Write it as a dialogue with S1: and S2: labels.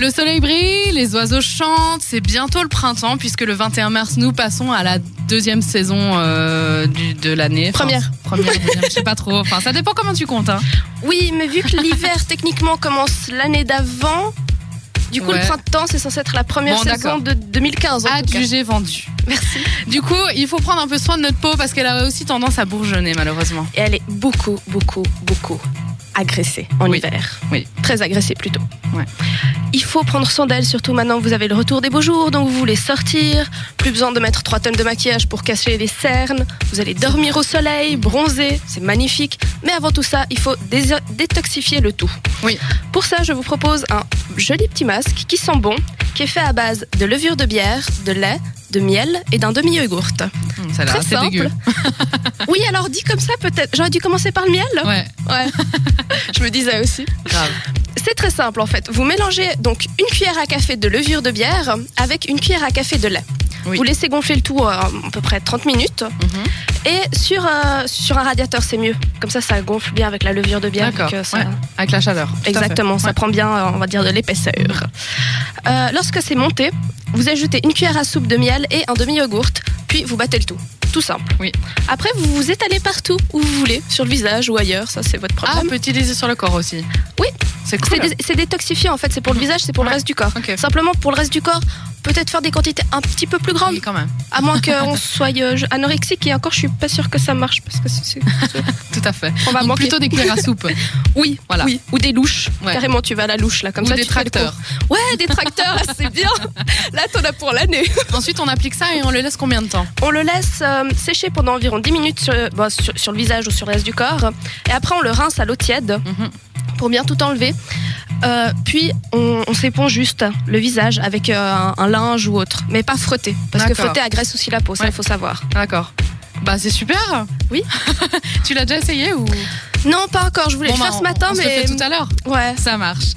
S1: Le soleil brille, les oiseaux chantent, c'est bientôt le printemps puisque le 21 mars, nous passons à la deuxième saison euh, du- de l'année. Enfin,
S2: Première.
S1: Première, deuxième, je sais pas trop. Enfin, ça dépend comment tu comptes. Hein.
S2: Oui, mais vu que l'hiver techniquement commence l'année d'avant, du coup
S1: Ouais.
S2: le printemps c'est censé être la première
S1: Bon, d'accord. Ah,
S2: saison de 2015 en tout cas.
S1: Adjugé vendu.
S2: Merci.
S1: Du coup, il faut prendre un peu soin de notre peau parce qu'elle a aussi tendance à bourgeonner malheureusement.
S2: Et elle est beaucoup, beaucoup, beaucoup agressée en
S1: Oui.
S2: hiver.
S1: Oui.
S2: Très agressée plutôt.
S1: Ouais.
S2: Il faut prendre soin d'elle, surtout maintenant que vous avez le retour des beaux jours, donc vous voulez sortir, plus besoin de mettre 3 tonnes de maquillage pour cacher les cernes, vous allez dormir au soleil, bronzer, c'est magnifique, mais avant tout ça, il faut dés- détoxifier le tout.
S1: Oui.
S2: Pour ça, je vous propose un joli petit masque qui sent bon, qui est fait à base de levure de bière, de lait, de miel et d'un demi-yogourt.
S1: Hum, Ça a l'air
S2: Très
S1: assez
S2: simple.
S1: dégueu.
S2: Oui, alors dit comme ça, peut-être. J'aurais dû commencer par le miel
S1: Ouais,
S2: Ouais, je me disais aussi.
S1: grave.
S2: C'est très simple en fait. Vous mélangez donc une cuillère à café de levure de bière avec une cuillère à café de lait.
S1: Oui.
S2: Vous laissez gonfler le tout euh, à peu près 30 minutes.
S1: Mhm.
S2: Et sur, euh, sur un radiateur, c'est mieux. Comme ça, ça gonfle bien avec la levure de bière.
S1: D'accord,
S2: donc, euh, ça-
S1: ouais, Avec la chaleur. tout à fait.
S2: Exactement, ça
S1: Ouais.
S2: prend bien, euh, on va dire, de l'épaisseur. Euh, lorsque c'est monté, vous ajoutez une cuillère à soupe de miel et un demi-yogourt, puis vous battez le tout. Tout simple.
S1: Oui.
S2: Après, vous vous étalez partout où vous voulez, sur le visage ou ailleurs, ça c'est votre
S1: Ah,
S2: problème.
S1: on peut utiliser sur le corps aussi.
S2: Oui.
S1: C'est cool.
S2: C'est dé- c'est détoxifiant en fait, c'est pour le visage, c'est pour
S1: Ouais.
S2: le reste du corps.
S1: Ok.
S2: Simplement pour le reste du corps, peut-être faire des quantités un petit peu plus grandes,
S1: Oui, quand même.
S2: à moins qu'on soit euh, je- anorexique et encore je suis pas sûre que ça marche parce que c'est- c'est-
S1: Tout à fait.
S2: on va
S1: Donc
S2: manquer.
S1: plutôt des cuillères à soupe.
S2: Oui,
S1: Voilà.
S2: oui, ou des louches.
S1: Ouais.
S2: Carrément, tu vas à la louche là, comme
S1: Ou
S2: ça
S1: des
S2: tu fais le
S1: tracteurs.
S2: cours. Ouais, des tracteurs, là, c'est bien. Là, t'en as pour l'année.
S1: Ensuite, on applique ça et on le laisse combien de temps
S2: On le laisse euh, sécher pendant environ 10 minutes sur, bon, sur- sur le visage ou sur le reste du corps, et après on le rince à l'eau tiède
S1: Mhm.
S2: pour bien tout enlever. Euh, puis on, on s'éponge juste le visage avec euh, un, un linge ou autre, mais pas frotter, parce que
S1: D'accord.
S2: frotter agresse aussi la peau, ça
S1: Ouais.
S2: il faut savoir.
S1: D'accord. Bah c'est super.
S2: Oui.
S1: tu l'as déjà essayé ou
S2: Non, pas encore, je voulais
S1: Bon,
S2: le
S1: bah,
S2: faire
S1: on-
S2: ce matin,
S1: on se le
S2: mais
S1: fait tout à l'heure.
S2: ouais.
S1: Ça marche.